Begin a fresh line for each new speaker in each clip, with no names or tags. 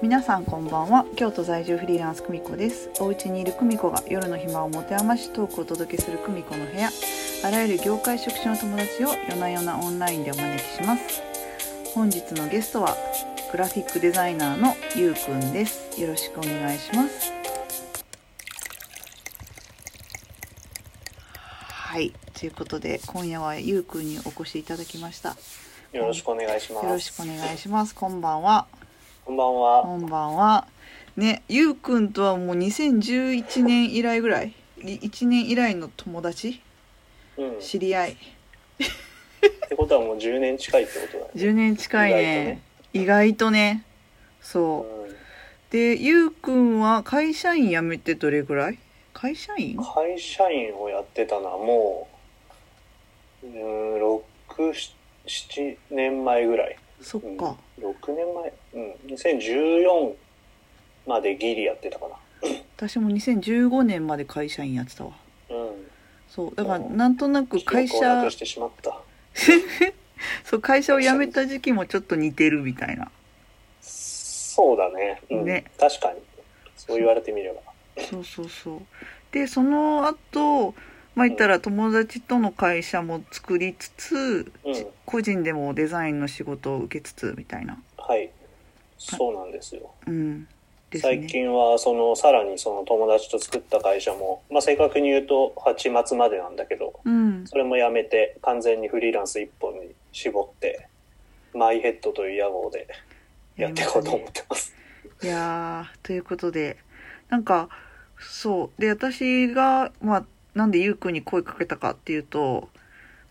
皆さんこんばんは京都在住フリーランス久美子ですお家にいる久美子が夜の暇を持て余しトークをお届けする久美子の部屋あらゆる業界職種の友達を夜な夜なオンラインでお招きします本日のゲストはグラフィックデザイナーのゆうくんですよろしくお願いしますはいということで今夜はゆうくんにお越しいただきました
よろしくお願いします。
よろしくお願いしますこんばんは
こんばんは。
こんばんは。ね、ゆうくんとはもう2011年以来ぐらい、い1年以来の友達、
うん。っ
知り合い。
てことはもう10年近いってことだね。
10年近いね。意外とね。そう。
う
で、ゆうくんは会社員辞めてどれぐらい会社員
ん。会社員をやってたのはもう、うん、6、7年前ぐらい。
そっ
うん、
か
6。年前。うん。2014までギリやってたかな。
私も2015年まで会社員やってたわ。
うん。
そう。だから、なんとなく会
記憶をな
社
く、してしまった。
そう、会社を辞めた時期もちょっと似てるみたいな。
そうだね。うん。
ね
確かに。そう言われてみれば。
そうそうそうでその後まあ言ったら友達との会社も作りつつ、
うん
じ個人でもデザインの仕事を受けつつみたいな
はい。そうなんですよ。
うんですね
最近はそのさらにその友達と作った会社も、まあ、正確に言うと8月までなんだけど
うん
それもやめて完全にフリーランス一本に絞ってマイヘッドという屋号でやっていこうと思ってます。
いやーということでなんかそうで私がまあなんでゆうくんに声かけたかっていうと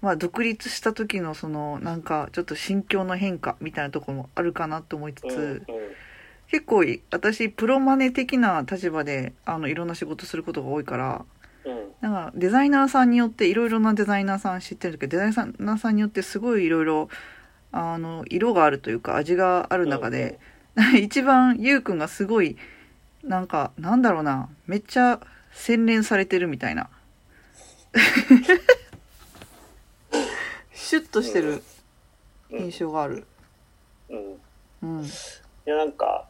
まあ独立した時のそのなんかちょっと心境の変化みたいなところもあるかなと思いつ
うん
つ、
うん
結構い私プロマネ的な立場であのいろんな仕事することが多いから
うん
なんかデザイナーさんによっていろいろなデザイナーさん知ってるけどデザイナーさんによってすごいいろいろあの色があるというか味がある中で、一番ゆうくんがすごいなんかなんだろうなめっちゃ洗練されてるみたいなシュッとしてる
うん
印象がある、
うん、い
うん、
やなんか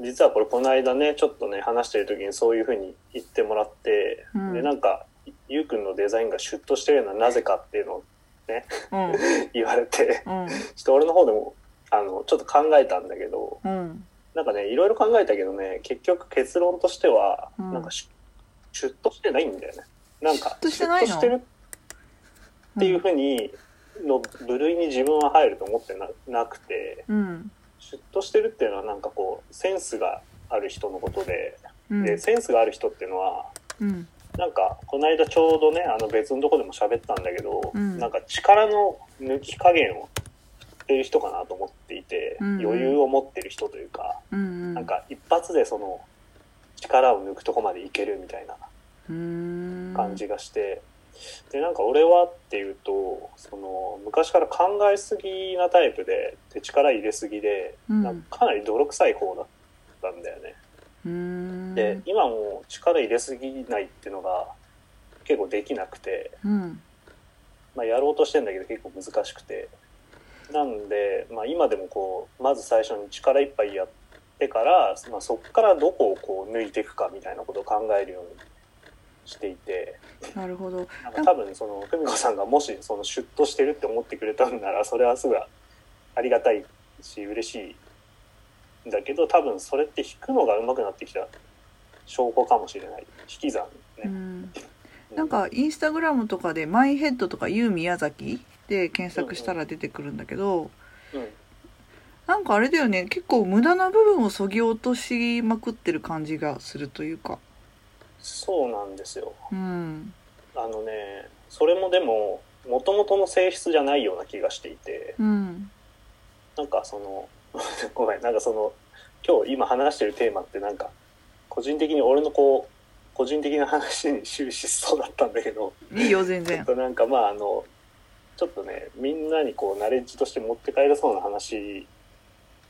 実はこれこの間ねちょっとね話してる時にそういうふうに言ってもらって、
うん
でなんかゆうくんのデザインがシュッとしてるのはなぜかっていうのを
うん
言われて
うん
ちょっと俺の方でもあのちょっと考えたんだけど、
うん
なんかね、いろいろ考えたけどね、結局結論としては、
うん
なんかシュシュッとしてないんだよね。なんか、
シュッとしてないの
シュッとしてるっていうふうに、の部類に自分は入ると思ってななくて、
うん
シュッとしてるっていうのはなんかこう、センスがある人のことで、
うん
で、センスがある人っていうのは、
うん
なんか、この間ちょうどね、あの別のとこでも喋ったんだけど、
うん
なんか力の抜き加減をっていう人かなと思っていて、
うんうん
余裕を持ってる人というか、
うん
なんか一発でその力を抜くとこまでいけるみたいな
感
感じがして、でなんか俺はっていうとその昔から考えすぎなタイプでで力入れすぎで、
うん
なんかかなり泥臭い方だったんだよね。で、今も力入れすぎないっていうのが結構できなくて、
うん
まあ、やろうとしてんだけど結構難しくてなんで、まあ、今でもこうまず最初に力いっぱいやってから、まあ、そこからどこをこう抜いていくかみたいなことを考えるようにしていて
なるほど
なんか多分その久美子さんがもしそのシュッとしてるって思ってくれたんならそれはすごいありがたいし嬉しいんだけど多分それって弾くのが上手くなってきた証拠かもしれない引き算
う
ね。
んなんかインスタグラムとかで「マイヘッド」とか「ユー宮崎」で検索したら出てくるんだけど
うん、うん
なんかあれだよね結構無駄な部分をそぎ落としまくってる感じがするというか
そうなんですよ
うん
あのねそれもでももともとの性質じゃないような気がしていて
うん
なんかその ごめんなんかその今日今話してるテーマってなんか個人的に俺のこう個人的な話に終始しそうだったんだけど
いいよ全
ちょっ
然
となんかまああのちょっとねみんなにこうナレッジとして持って帰れそうな話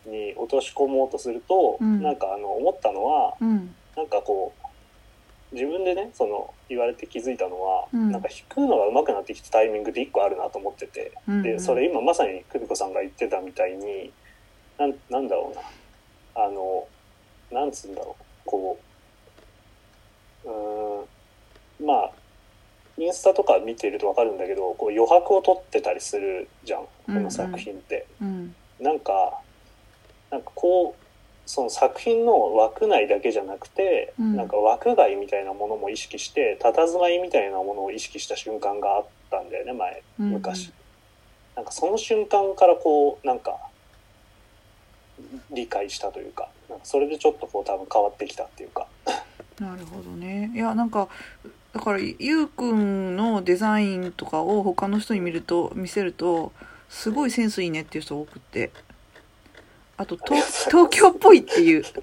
に落とし込もうとすると、
うん
なんかあの思ったのは
うん
なんかこう自分でねその言われて気づいたのは、
うん
なんか弾くのが上手くなってきたタイミングで1個あるなと思ってて、
うん
でそれ今まさに久美子さんが言ってたみたいになんなんだろうなあのなんつうんだろう、こう、うーん、まあ、インスタとか見てるとわかるんだけど、こう余白を取ってたりするじゃん、こ
うんうん
の作品って。
うん
なんか、なんかこう、その作品の枠内だけじゃなくて、
うん
なんか枠外みたいなものも意識して、佇まいみたいなものを意識した瞬間があったんだよね、前。
うん
昔、なんかその瞬間からこうなんか理解したというかなんかそれでちょっとこう多分変わってきたっていうか
なるほどねいやなんかだからゆうくんのデザインとかを他の人に見ると見せるとすごいセンスいいねっていう人多くってあと東東京っぽいっていう
東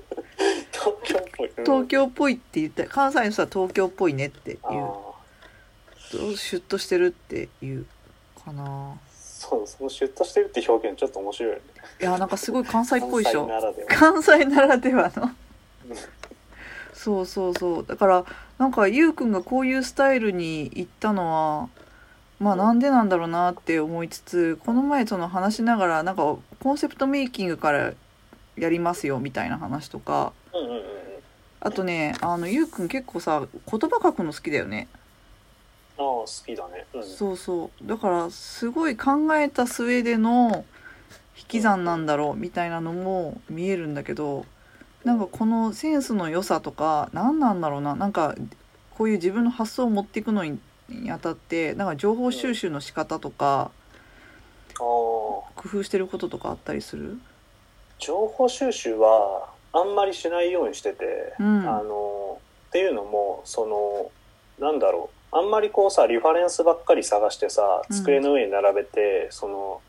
京っぽい、うん
東京っぽいって言った関西の人は東京っぽいねっていう
あー
シュッとしてるっていうかな
そうそのシュッとしてるって表現ちょっと面白いよね
いやなんかすごい関西っぽいでしょ
関西な
関西な
らでは
らではのそうそうそうだからなんかゆうくんがこういうスタイルに行ったのはまあなんでなんだろうなって思いつつこの前その話しながらなんかコンセプトメイキングからやりますよみたいな話とか
うんうんうん
あとねあのゆうくん結構さ言葉書くの好きだよね
ああ好きだねうん
そうそうだからすごい考えた末での引き算なんだろうみたいなのも見えるんだけどなんかこのセンスの良さとか何なんだろうななんかこういう自分の発想を持っていくのににあたってなんか情報収集の仕方とか
ああ
工夫してることとかあったりする
情報収集はあんまりしないようにしてて、
うん
あのっていうのもそのなんだろうあんまりこうさリファレンスばっかり探してさ
うん
机の上に並べて、その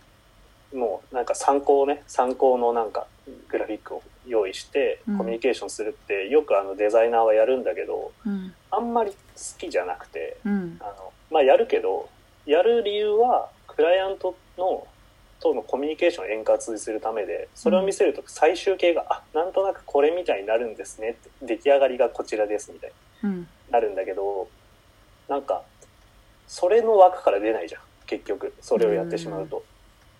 もうなんか参考をね参考のなんかグラフィックを用意して
うん
コミュニケーションするって、よくあのデザイナーはやるんだけど
うん
あんまり好きじゃなくて
うん
あの、まあ、やるけどやる理由はクライアントのとのコミュニケーションを円滑にするためでそれを見せると最終形が、あなんとなくこれみたいになるんですねって出来上がりがこちらですみたいに
うん
なるんだけどなんかそれの枠から出ないじゃん結局それをやってしまうと。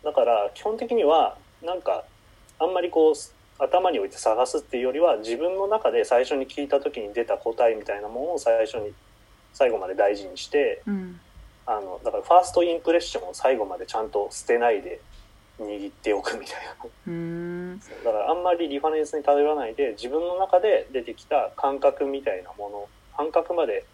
だから基本的にはなんかあんまりこう頭に置いて探すっていうよりは自分の中で最初に聞いた時に出た答えみたいなものを最初に最後まで大事にして
うん
あのだからファーストインプレッションを最後までちゃんと捨てないで握っておくみたいな
うーん
そうだからあんまりリファレンスに頼らないで 自分の中で出てきた感覚みたいなもの感覚まで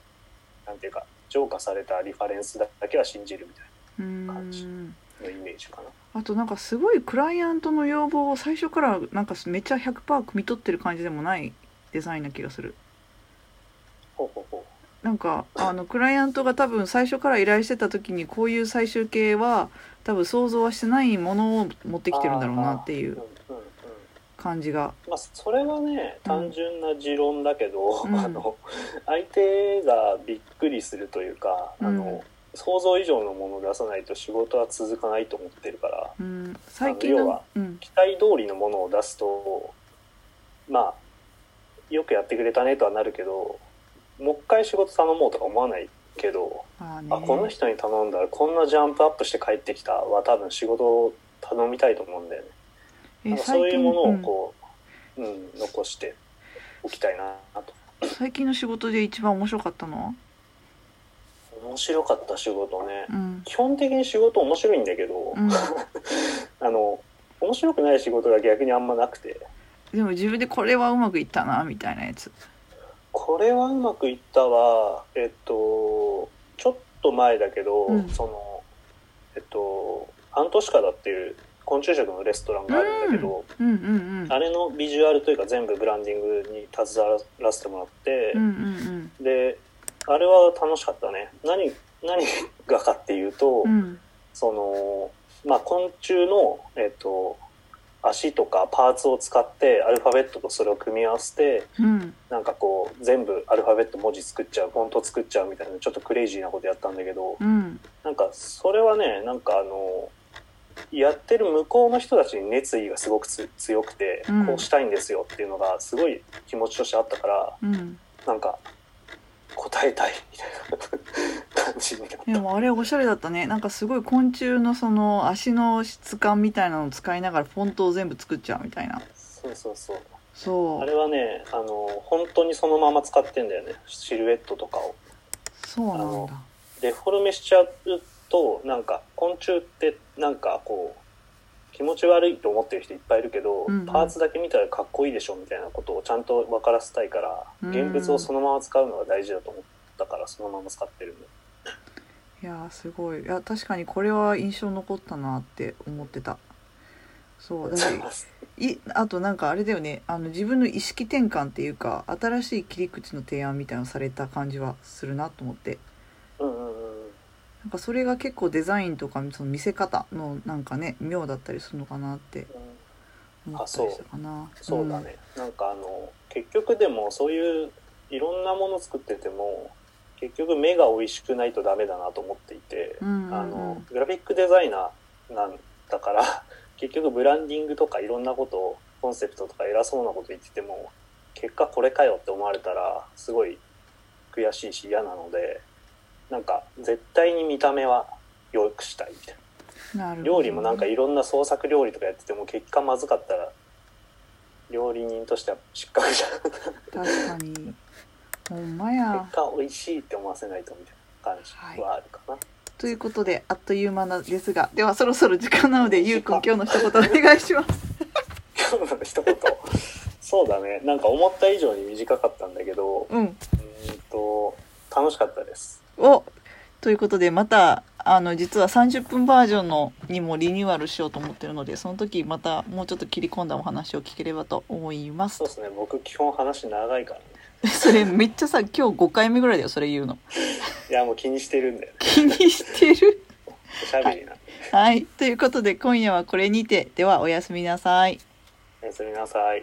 なんていうか浄化されたリファレンスだけは信じるみた
うーん
いなイメージかな。
あとなんかすごいクライアントの要望を最初からなんかめっちゃ100%汲み取ってる感じでもないデザインな気がする
ほうほうほ。
なんかあのクライアントが多分最初から依頼してた時にこういう最終形は多分想像はしてないものを持ってきてるんだろうなっていうう
うんうんうん
感じが
まあ、それはね単純な持論だけど、
うん
あの相手がびっくりするというか、あ
うん
の想像以上のものを出さないと仕事は続かないと思ってるから
うん最近
要
の
は
うん
期待通りのものを出すとまあよくやってくれたねとはなるけどもう一回仕事頼もうとか思わないけど、
あーね
あこの人に頼んだらこんなジャンプアップして帰ってきたは多分仕事を頼みたいと思うんだよね。
え
なんかそういうものをこう、うん残しておきたいな
う
と。
ん最近の仕事で一番面白かったのは
面白かった仕事ね。
うん
基本的に仕事面白いんだけど、
うん
あの面白くない仕事が逆にあんまなくて。
でも自分でこれはうまくいったなみたいなやつ
これはうまくいったはえっとちょっと前だけど、
うん
そのえっと半年かだっていう昆虫食のレストランがあるんだけど、
うんうんうん
あれのビジュアルというか全部ブランディングに携わらせてもらって
うんう、ん
であれは楽しかったね何何がかっていうと、
うんうん
そのまあ昆虫のえっと足とかパーツを使ってアルファベットとそれを組み合わせて
うん
なんかこう全部アルファベット文字作っちゃうフォント作っちゃうみたいなちょっとクレイジーなことやったんだけど
うん
なんかそれはねなんかあのやってる向こうの人たちに熱意がすごくつ強くて
うん
こうしたいんですよっていうのがすごい気持ちとしてあったから
うん
なんか答えたいみたいな感じになった。
でもあれおしゃれだったねなんかすごい昆虫のその足の質感みたいなのを使いながらフォントを全部作っちゃうみたいな
そうそうそう
そ
あ
う
れはねあの本当にそのまま使ってんだよねシルエットとかを
そう
あ
なん
の
だ
デフォルメしちゃうとなんか昆虫ってなんかこう気持ち悪いと思ってる人いっぱいいるけど、
うんうん
パーツだけ見たらかっこいいでしょみたいなことをちゃんと分からせたいから、
うん
現物をそのまま使うのが大事だと思ったからそのまま使ってるんだよ
いやーすごいいや確かにこれは印象残ったなって思ってた そうだからいあとなんかあれだよねあの自分の意識転換っていうか新しい切り口の提案みたいなのされた感じはするなと思って
うんうんうん
なんかそれが結構デザインとかその見せ方のなんかね妙だったりするのかなって
うん
思ったりしたかな
そうだね、なんかあの結局でもそういういろんなもの作ってても結局目が美味しくないとダメだなと思っていて、
うんうん
あのグラフィックデザイナーなんだから 結局ブランディングとかいろんなことをコンセプトとか偉そうなこと言ってても結果これかよって思われたらすごい悔しいし嫌なのでなんか絶対に見た目は良くしたいみたいな。
なるほどね
料理もなんかいろんな創作料理とかやってても結果まずかったら料理人としては失格じゃ
確かにほんま
ん
や
結果美味しいって思わせないとみたいな感じはあるかな、
ということであっという間なんですがではそろそろ時間なのでゆうくん今日の一言お願いします
今日の一言 そうだねなんか思った以上に短かったんだけど
うん
うーんと楽しかったです
をということでまたあの実は30分バージョンのにもリニューアルしようと思ってるのでその時またもうちょっと切り込んだお話を聞ければと思います
そうですね僕基本話長いからね
それめっちゃさ今日5回目ぐらいだよそれ言うの
いやもう気にしてるんだよね
気にして る
おしゃべりな、
はいということで今夜はこれにてではおやすみなさい
おやすみなさい